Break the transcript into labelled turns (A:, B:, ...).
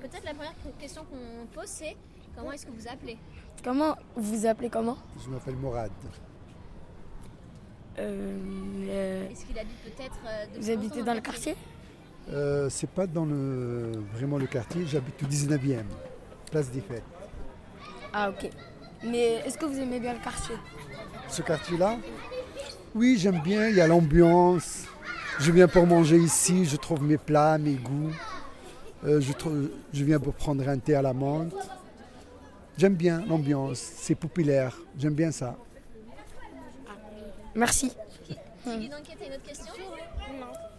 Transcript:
A: peut-être la première question qu'on pose, c'est comment est-ce que vous appelez
B: Comment vous vous appelez comment
C: Je m'appelle Morad.
B: euh,
A: Est-ce qu'il habite peut-être euh, depuis
B: Vous habitez
A: longtemps
B: dans le quartier
C: Euh, c'est pas dans le, vraiment le quartier, j'habite au 19e, place des Fêtes.
B: Ah ok. Mais est-ce que vous aimez bien le quartier
C: Ce quartier-là, oui, j'aime bien, il y a l'ambiance. Je viens pour manger ici, je trouve mes plats, mes goûts. Euh, je, trouve- je viens pour prendre un thé à la menthe. J'aime bien l'ambiance, c'est populaire, j'aime bien ça.
B: Merci.
A: Sylvie, donc, t'as une autre question
D: Non.